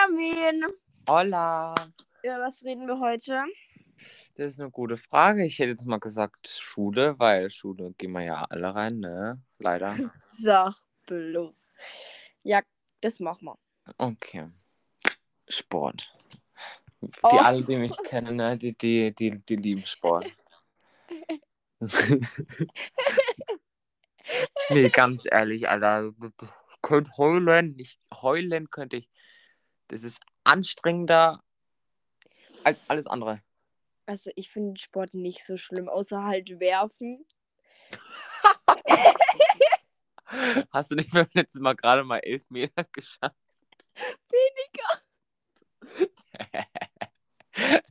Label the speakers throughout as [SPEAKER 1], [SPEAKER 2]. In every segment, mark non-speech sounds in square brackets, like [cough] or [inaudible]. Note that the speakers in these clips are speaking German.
[SPEAKER 1] Benjamin,
[SPEAKER 2] Hola.
[SPEAKER 1] über was reden wir heute?
[SPEAKER 2] Das ist eine gute Frage. Ich hätte jetzt mal gesagt Schule, weil Schule gehen wir ja alle rein, ne? Leider.
[SPEAKER 1] Sag bloß. Ja, das machen wir.
[SPEAKER 2] Okay. Sport. Die
[SPEAKER 1] Oh.
[SPEAKER 2] alle, die mich kennen, ne? die, die, die, die lieben Sport. [laughs] nee, ganz ehrlich, Alter. Ich könnte heulen. Ich, heulen könnte ich. Das ist anstrengender als alles andere.
[SPEAKER 1] Also, ich finde Sport nicht so schlimm, außer halt werfen.
[SPEAKER 2] Hast du nicht beim letzten Mal gerade mal elf Meter [laughs] geschafft? Weniger.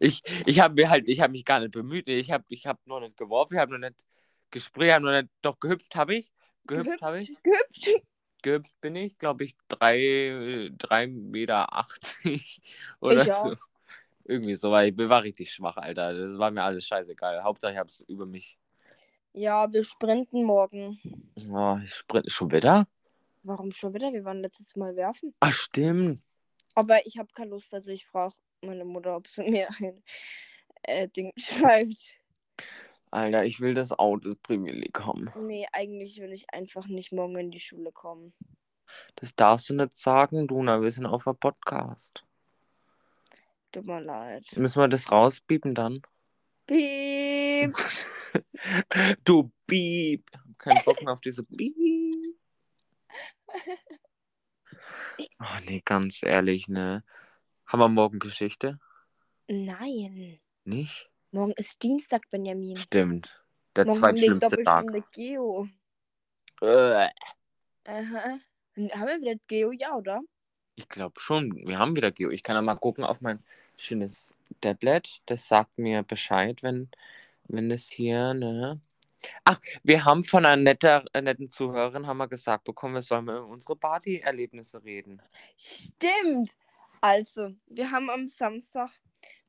[SPEAKER 2] ich ich habe mir halt, ich habe mich gar nicht bemüht. Ich habe ich hab nur nicht geworfen, ich habe nur nicht gesprungen, ich habe nur nicht, doch gehüpft habe ich. Gehüpft habe ich.
[SPEAKER 1] Gehüpft.
[SPEAKER 2] Gehüpft bin ich, glaube ich, drei drei Meter achtzig [laughs] oder
[SPEAKER 1] Ich auch.
[SPEAKER 2] so. Irgendwie so, weil ich war richtig schwach, Alter. Das war mir alles scheißegal. Hauptsache, ich habe es über mich.
[SPEAKER 1] Ja, wir sprinten morgen.
[SPEAKER 2] Oh, ich sprinte schon wieder?
[SPEAKER 1] Warum schon wieder? Wir waren letztes Mal werfen.
[SPEAKER 2] Ach, stimmt.
[SPEAKER 1] Aber ich habe keine Lust, also ich frage meine Mutter, ob sie [laughs] mir ein äh, Ding schreibt.
[SPEAKER 2] Alter, ich will das Auto-Privileg haben.
[SPEAKER 1] Nee, eigentlich will ich einfach nicht morgen in die Schule kommen.
[SPEAKER 2] Das darfst du nicht sagen, Duna. Wir sind auf der Podcast.
[SPEAKER 1] Tut mir leid.
[SPEAKER 2] Müssen wir das rausbiepen dann?
[SPEAKER 1] Piep.
[SPEAKER 2] [laughs] du Bieb. Ich hab keinen Bock mehr auf diese Bieb. Ach Oh, nee, ganz ehrlich, ne? Haben wir morgen Geschichte?
[SPEAKER 1] Nein.
[SPEAKER 2] Nicht?
[SPEAKER 1] Morgen ist Dienstag, Benjamin.
[SPEAKER 2] Stimmt. Der
[SPEAKER 1] Morgen haben wir
[SPEAKER 2] zweitschlimmste Tag.
[SPEAKER 1] Doppelstunde Geo.
[SPEAKER 2] Äh,
[SPEAKER 1] Aha. N- Haben wir wieder Geo, ja, oder?
[SPEAKER 2] Ich glaube schon, wir haben wieder Geo. Ich kann ja mal gucken auf mein schönes Tablet. Das sagt mir Bescheid, wenn, wenn es hier, ne? Ach, wir haben von einer netter, äh, netten Zuhörerin haben wir gesagt bekommen, wir sollen über unsere Party-Erlebnisse reden.
[SPEAKER 1] Stimmt. Also, wir haben am Samstag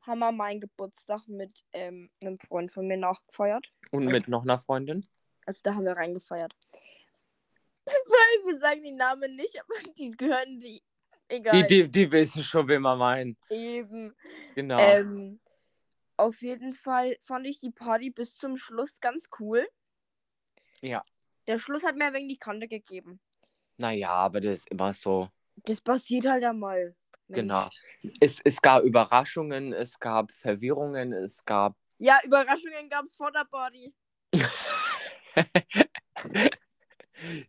[SPEAKER 1] haben wir meinen Geburtstag mit ähm, einem Freund von mir nachgefeiert.
[SPEAKER 2] Und mit noch einer Freundin.
[SPEAKER 1] Also, da haben wir reingefeiert. Weil wir sagen die Namen nicht, aber [laughs] die gehören die. Egal.
[SPEAKER 2] Die, die, die wissen schon, wen wir meinen.
[SPEAKER 1] Eben.
[SPEAKER 2] Genau.
[SPEAKER 1] Ähm, auf jeden Fall fand ich die Party bis zum Schluss ganz cool.
[SPEAKER 2] Ja.
[SPEAKER 1] Der Schluss hat mir ein wenig die Kante gegeben.
[SPEAKER 2] Naja, aber das ist immer so.
[SPEAKER 1] Das passiert halt einmal. Mensch.
[SPEAKER 2] Genau. Es, es gab Überraschungen, es gab Verwirrungen, es gab
[SPEAKER 1] Ja, Überraschungen gab es vor der Party.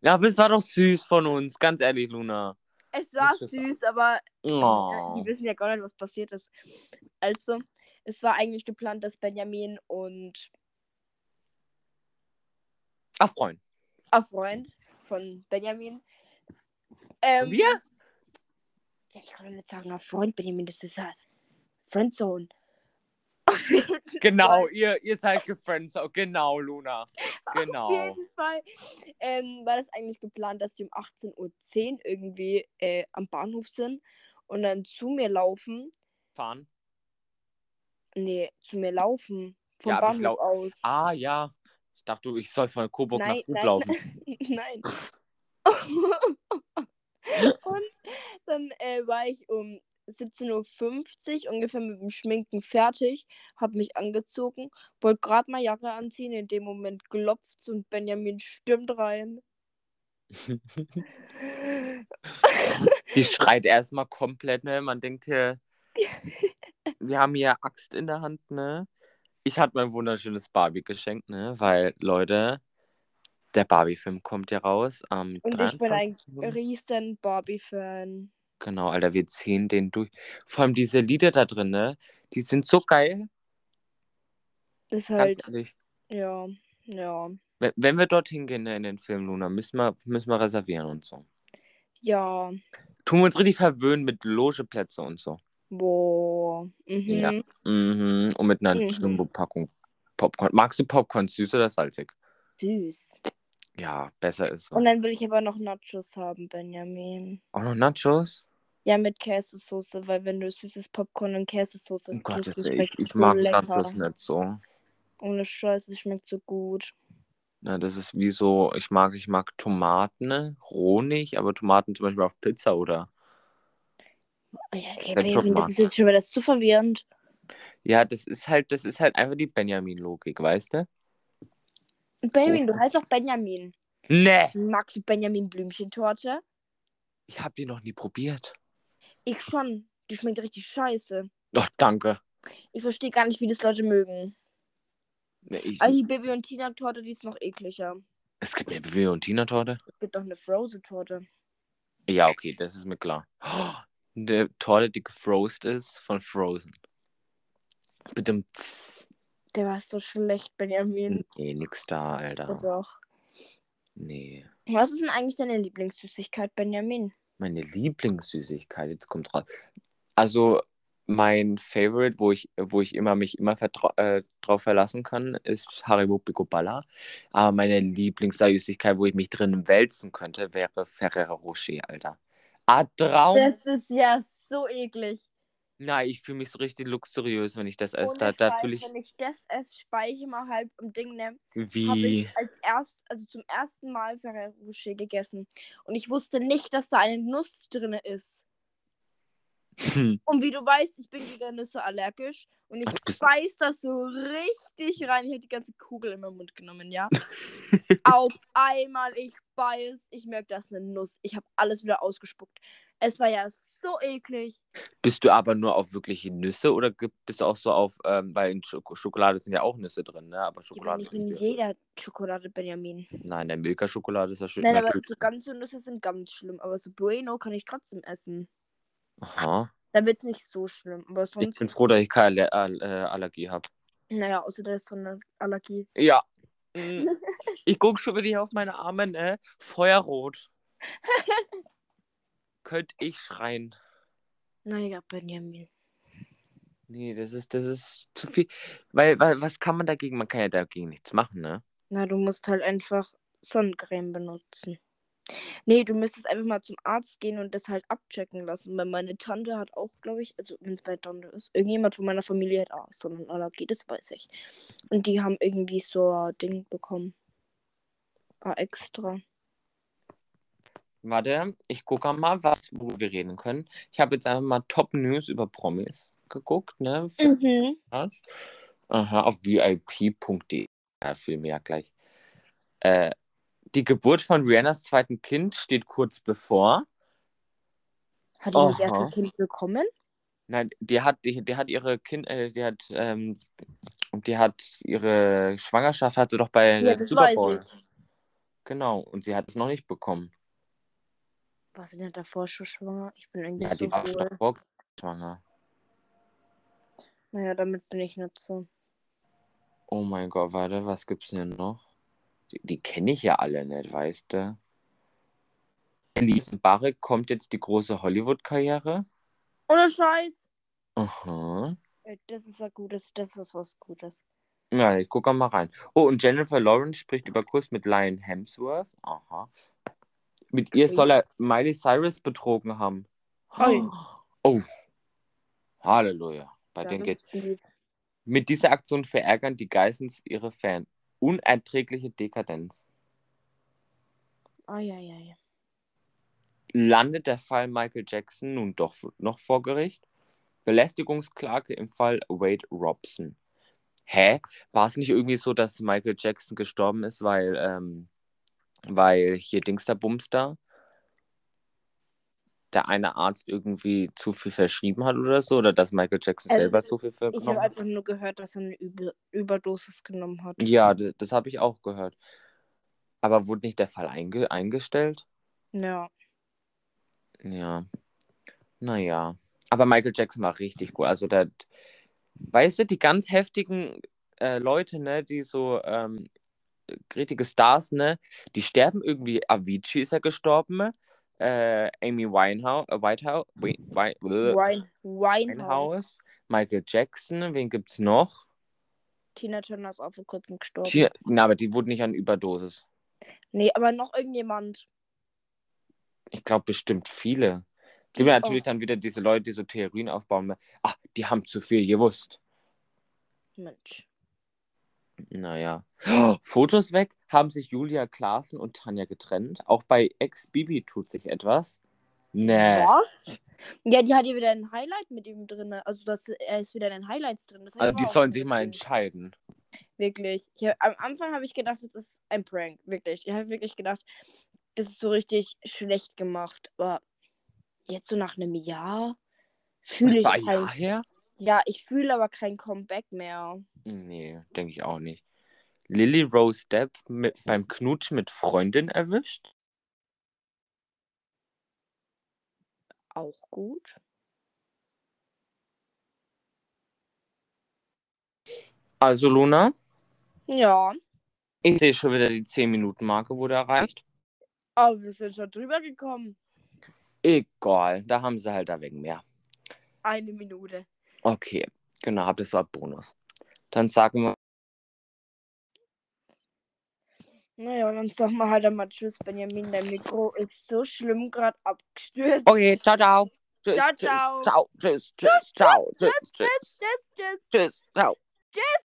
[SPEAKER 2] Ja, aber es war doch süß von uns, ganz ehrlich, Luna.
[SPEAKER 1] Es war
[SPEAKER 2] Ist das
[SPEAKER 1] süß, aber äh,
[SPEAKER 2] Oh.
[SPEAKER 1] die wissen ja gar nicht, was passiert ist. Also, es war eigentlich geplant, dass Benjamin und
[SPEAKER 2] Ach, Freund.
[SPEAKER 1] ein Freund von Benjamin. Ähm,
[SPEAKER 2] Wir?
[SPEAKER 1] Ja, ich kann doch nicht sagen, ein Freund Benjamin, das ist halt Friendzone. Auf jeden
[SPEAKER 2] Genau, ihr, ihr seid gefriendzoned. Genau, Luna.
[SPEAKER 1] Auf
[SPEAKER 2] Genau.
[SPEAKER 1] jeden Fall ähm, war das eigentlich geplant, dass die um 18.10 Uhr irgendwie äh, am Bahnhof sind und dann zu mir laufen.
[SPEAKER 2] Fahren.
[SPEAKER 1] Nee, zu mir laufen. Vom
[SPEAKER 2] Ja, aber
[SPEAKER 1] Bahnhof
[SPEAKER 2] ich glaub-
[SPEAKER 1] aus.
[SPEAKER 2] Ah, ja. Ich dachte, du, ich soll von Coburg
[SPEAKER 1] Nein,
[SPEAKER 2] nach Coburg
[SPEAKER 1] nein, [laughs]
[SPEAKER 2] laufen. [laughs]
[SPEAKER 1] Nein. und dann äh, war ich um 17.50 Uhr ungefähr mit dem Schminken fertig, habe mich angezogen, wollte gerade meine Jacke anziehen, in dem Moment klopft und Benjamin stürmt rein.
[SPEAKER 2] Die schreit erstmal komplett, ne? Man
[SPEAKER 1] [laughs]
[SPEAKER 2] denkt hier, wir haben hier Axt in der Hand, ne? Ich hatte mein wunderschönes Barbie geschenkt, ne? Weil, Leute, der Barbie-Film kommt ja raus am
[SPEAKER 1] Und ich bin ein
[SPEAKER 2] 23.
[SPEAKER 1] riesen Barbie-Fan.
[SPEAKER 2] Genau, Alter, wir ziehen den durch. Vor allem diese Lieder da drin, ne? Die sind so geil.
[SPEAKER 1] Das ist
[SPEAKER 2] Ganz
[SPEAKER 1] halt,
[SPEAKER 2] ehrlich.
[SPEAKER 1] ja, ja,
[SPEAKER 2] Wenn- Wenn wir dorthin gehen ne, in den Film, Luna, müssen wir, müssen wir reservieren und so.
[SPEAKER 1] ja,
[SPEAKER 2] Tun wir uns richtig verwöhnen mit Logeplätze und so.
[SPEAKER 1] boah. Mhm.
[SPEAKER 2] Ja. Mhm. Und mit einer
[SPEAKER 1] Mhm.
[SPEAKER 2] Jumbo-Packung Popcorn. Magst du Popcorn süß oder salzig?
[SPEAKER 1] Süß.
[SPEAKER 2] Ja, besser ist so.
[SPEAKER 1] Und dann will ich aber noch Nachos haben, Benjamin.
[SPEAKER 2] Auch noch Nachos?
[SPEAKER 1] Ja, mit Käsesoße, weil wenn du süßes Popcorn und Käsesoße
[SPEAKER 2] Oh Gott,
[SPEAKER 1] tust,
[SPEAKER 2] ich,
[SPEAKER 1] das schmeckt
[SPEAKER 2] ich
[SPEAKER 1] so
[SPEAKER 2] mag
[SPEAKER 1] lecker.
[SPEAKER 2] Nachos nicht so.
[SPEAKER 1] Ohne Scheiß, es schmeckt so gut.
[SPEAKER 2] Na, das ist wie so, ich mag, ich mag Tomaten, ne? roh nicht, aber Tomaten zum Beispiel auf Pizza oder
[SPEAKER 1] Oh Ja, okay,
[SPEAKER 2] Dann guck
[SPEAKER 1] Benjamin,
[SPEAKER 2] mal.
[SPEAKER 1] das ist jetzt schon wieder zu verwirrend.
[SPEAKER 2] Ja, das ist halt, das ist halt einfach die Benjamin-Logik, weißt du?
[SPEAKER 1] Benjamin, du heißt doch Benjamin.
[SPEAKER 2] Nee!
[SPEAKER 1] Magst du Benjamin Blümchentorte?
[SPEAKER 2] Ich hab die noch nie probiert.
[SPEAKER 1] Ich schon. Die schmeckt richtig scheiße.
[SPEAKER 2] Doch, danke.
[SPEAKER 1] Ich verstehe gar nicht, wie das Leute mögen.
[SPEAKER 2] Nee, Ich,
[SPEAKER 1] Also die Baby und Tina Torte, die ist noch ekliger.
[SPEAKER 2] es gibt eine Bibi und Tina-Torte.
[SPEAKER 1] Es gibt doch eine Frozen Torte.
[SPEAKER 2] Ja, okay, das ist mir klar. [gasps] Oh, eine Torte, die gefrost ist, von Frozen. Bitte. um
[SPEAKER 1] Der war so schlecht, Benjamin.
[SPEAKER 2] Nee, nix da,
[SPEAKER 1] Oder
[SPEAKER 2] Alter.
[SPEAKER 1] Doch.
[SPEAKER 2] Nee.
[SPEAKER 1] Was ist denn eigentlich deine Lieblingssüßigkeit, Benjamin?
[SPEAKER 2] Meine Lieblingssüßigkeit, jetzt kommt's raus. Also, mein Favorite, wo ich, wo ich immer, mich immer vertra- äh, drauf verlassen kann, ist Haribo Pico Balla. Aber meine Lieblingssüßigkeit, wo ich mich drin wälzen könnte, wäre Ferrero Rocher, Alter. Ah, Traum!
[SPEAKER 1] Das ist ja so eklig.
[SPEAKER 2] Na, ich fühle mich so richtig luxuriös, wenn ich das esse.
[SPEAKER 1] Ohne
[SPEAKER 2] Da, da
[SPEAKER 1] Scheiß,
[SPEAKER 2] fühle ich
[SPEAKER 1] Wenn ich das esse, speichere mal halb im Ding, ne? habe
[SPEAKER 2] wie.
[SPEAKER 1] ich als erst, also zum ersten Mal Ferrero Rocher gegessen. Und ich wusste nicht, dass da eine Nuss drin ist.
[SPEAKER 2] Hm.
[SPEAKER 1] Und wie du weißt, ich bin gegen Nüsse allergisch. Und ich
[SPEAKER 2] Ach, du bist-
[SPEAKER 1] beiß das so richtig rein. Ich habe die ganze Kugel in meinen Mund genommen,
[SPEAKER 2] [laughs]
[SPEAKER 1] ja. Auf einmal, ich beiß, ich merke, das ist eine Nuss. Ich habe alles wieder ausgespuckt. Es war ja so eklig.
[SPEAKER 2] [laughs] Bist du aber nur auf wirkliche Nüsse oder ge- bist du auch so auf, ähm, weil in Schoko Schokolade sind ja auch Nüsse drin, ne? Aber
[SPEAKER 1] Die war
[SPEAKER 2] Schokolade
[SPEAKER 1] nicht in
[SPEAKER 2] ist ja.
[SPEAKER 1] jeder Schokolade, Benjamin.
[SPEAKER 2] [laughs] Nein, der Milka-Schokolade ist ja schön.
[SPEAKER 1] Nein,
[SPEAKER 2] na,
[SPEAKER 1] aber
[SPEAKER 2] gut.
[SPEAKER 1] so ganze Nüsse sind ganz schlimm. Aber so Bueno kann ich trotzdem essen.
[SPEAKER 2] Aha.
[SPEAKER 1] Dann wird es nicht so schlimm. Aber
[SPEAKER 2] Ich
[SPEAKER 1] sonst,
[SPEAKER 2] bin froh, dass ich keine Aller äh, Allergie habe.
[SPEAKER 1] naja, außer da ist so eine Allergie.
[SPEAKER 2] Ja.
[SPEAKER 1] [laughs]
[SPEAKER 2] Mm. Ich gucke schon wieder hier auf meine Arme, ne?
[SPEAKER 1] [laughs]
[SPEAKER 2] Feuerrot. Könnte ich schreien.
[SPEAKER 1] Naja, Benjamin.
[SPEAKER 2] Nee, das ist, das ist zu viel. Weil, weil, was kann man dagegen? Man kann ja dagegen nichts machen, ne?
[SPEAKER 1] Na, du musst halt einfach Sonnencreme benutzen. Nee, du müsstest einfach mal zum Arzt gehen und das halt abchecken lassen. Weil meine Tante hat auch, glaube ich, also wenn es bei Tante ist, irgendjemand von meiner Familie hat auch so eine Allergie, das weiß ich. Und die haben irgendwie so ein Ding bekommen. War extra.
[SPEAKER 2] Warte, ich gucke mal, was, worüber wir reden können. Ich habe jetzt einfach mal Top News über Promis geguckt, ne?
[SPEAKER 1] Mhm.
[SPEAKER 2] Was? Aha, auf vip.de. E. Ja, viel mehr gleich. Äh, die Geburt von Rihannas zweitem Kind steht kurz bevor.
[SPEAKER 1] Hat die nicht
[SPEAKER 2] Aha.
[SPEAKER 1] erst ein Kind bekommen?
[SPEAKER 2] Nein, die hat, die, die hat ihre Kind, äh, die hat, ähm, die hat ihre Schwangerschaft hatte doch bei
[SPEAKER 1] Ja,
[SPEAKER 2] dem
[SPEAKER 1] das
[SPEAKER 2] Super
[SPEAKER 1] weiß
[SPEAKER 2] Bowl.
[SPEAKER 1] ich.
[SPEAKER 2] Genau, und sie hat es noch nicht bekommen.
[SPEAKER 1] War sie denn davor schon schwanger? Ich bin eigentlich
[SPEAKER 2] Ja,
[SPEAKER 1] so
[SPEAKER 2] die war
[SPEAKER 1] cool.
[SPEAKER 2] davor schwanger.
[SPEAKER 1] Naja, damit bin ich nicht so.
[SPEAKER 2] Oh mein Gott, warte, was gibt's denn noch? Die, die kenne ich ja alle nicht, weißt du? Elise Barrick kommt jetzt die große Hollywood-Karriere.
[SPEAKER 1] Ohne Scheiß!
[SPEAKER 2] Aha.
[SPEAKER 1] Äh, Das ist ja Gutes, das ist was Gutes.
[SPEAKER 2] Ja, ich gucke mal rein. Oh, und Jennifer Lawrence spricht über Kuss mit Lion Hemsworth. Aha. Mit ihr soll er Miley Cyrus betrogen haben.
[SPEAKER 1] Oi.
[SPEAKER 2] Oh. Halleluja. Bei denen geht's. Mit dieser Aktion verärgern die Geissens ihre Fans. Unerträgliche Dekadenz.
[SPEAKER 1] Ah, Eieiei.
[SPEAKER 2] Landet der Fall Michael Jackson nun doch noch vor Gericht? Belästigungsklage im Fall Wade Robson. Hä? War es nicht irgendwie so, dass Michael Jackson gestorben ist, weil, ähm, weil hier Dingster Bumster der eine Arzt irgendwie zu viel verschrieben hat oder so? Oder dass Michael Jackson
[SPEAKER 1] Also,
[SPEAKER 2] selber zu viel
[SPEAKER 1] Ich
[SPEAKER 2] vernommen
[SPEAKER 1] habe
[SPEAKER 2] hat?
[SPEAKER 1] einfach nur gehört, dass er eine Übe- Überdosis genommen hat.
[SPEAKER 2] Ja, das, das habe ich auch gehört. Aber wurde nicht der Fall einge eingestellt?
[SPEAKER 1] Ja.
[SPEAKER 2] Ja. Naja. Aber Michael Jackson war richtig gut. Also der, weißt du, die ganz heftigen äh, Leute, ne, die so ähm, richtige Stars, ne, die sterben irgendwie. Avicii ist ja gestorben. Äh, Amy Winehouse, äh, Whitehouse, Wi Wi
[SPEAKER 1] Wine, Winehouse.
[SPEAKER 2] Winehouse, Michael Jackson, wen gibt's noch?
[SPEAKER 1] Tina Turner ist auch vor kurzem gestorben.
[SPEAKER 2] Tia- Na, aber die wurden nicht an Überdosis.
[SPEAKER 1] nee, aber noch irgendjemand.
[SPEAKER 2] Ich glaube bestimmt viele. Gibt ja
[SPEAKER 1] Oh.
[SPEAKER 2] natürlich dann wieder diese Leute, die so Theorien aufbauen. ne? Ach, die haben zu viel gewusst.
[SPEAKER 1] Oh, Mensch.
[SPEAKER 2] Naja. Fotos weg haben sich Julia Klaassen und Tanja getrennt. Auch bei Ex-Bibi tut sich etwas. Nee.
[SPEAKER 1] Was? Ja, die hat hier wieder ein Highlight mit ihm drin. Also das, er ist wieder in den Highlights drin. Das hab
[SPEAKER 2] Also
[SPEAKER 1] ich
[SPEAKER 2] die
[SPEAKER 1] auch
[SPEAKER 2] sollen sich mal
[SPEAKER 1] gesehen.
[SPEAKER 2] entscheiden.
[SPEAKER 1] Wirklich. Ich hab, am Anfang habe ich gedacht, das ist ein Prank. Wirklich. Ich habe wirklich gedacht, das ist so richtig schlecht gemacht. Aber jetzt so nach einem Jahr
[SPEAKER 2] Das
[SPEAKER 1] fühle ich
[SPEAKER 2] war ein Jahr
[SPEAKER 1] kein,
[SPEAKER 2] her?
[SPEAKER 1] Ja, ich fühle aber kein Comeback mehr.
[SPEAKER 2] Nee, denke ich auch nicht. Lily Rose Depp mit, beim Knutsch mit Freundin erwischt?
[SPEAKER 1] Auch gut.
[SPEAKER 2] Also, Luna,
[SPEAKER 1] Ja.
[SPEAKER 2] ich sehe schon wieder die 10-Minuten-Marke wurde erreicht.
[SPEAKER 1] Aber wir sind schon drüber gekommen.
[SPEAKER 2] Egal, da haben sie halt da wegen mehr.
[SPEAKER 1] Eine Minute.
[SPEAKER 2] Okay, genau, hab das war Bonus. Dann sagen wir
[SPEAKER 1] Naja, dann sag mal halt einmal Tschüss, Benjamin. Dein Mikro ist so schlimm gerade abgestürzt.
[SPEAKER 2] Okay, ciao, ciao. Tschüss,
[SPEAKER 1] Ciao, ciao.
[SPEAKER 2] Tschüss, ciao, tschüss, tschüss, ciao, tschüss, tschüss,
[SPEAKER 1] Tschüss, tschüss.
[SPEAKER 2] tschüss, ciao.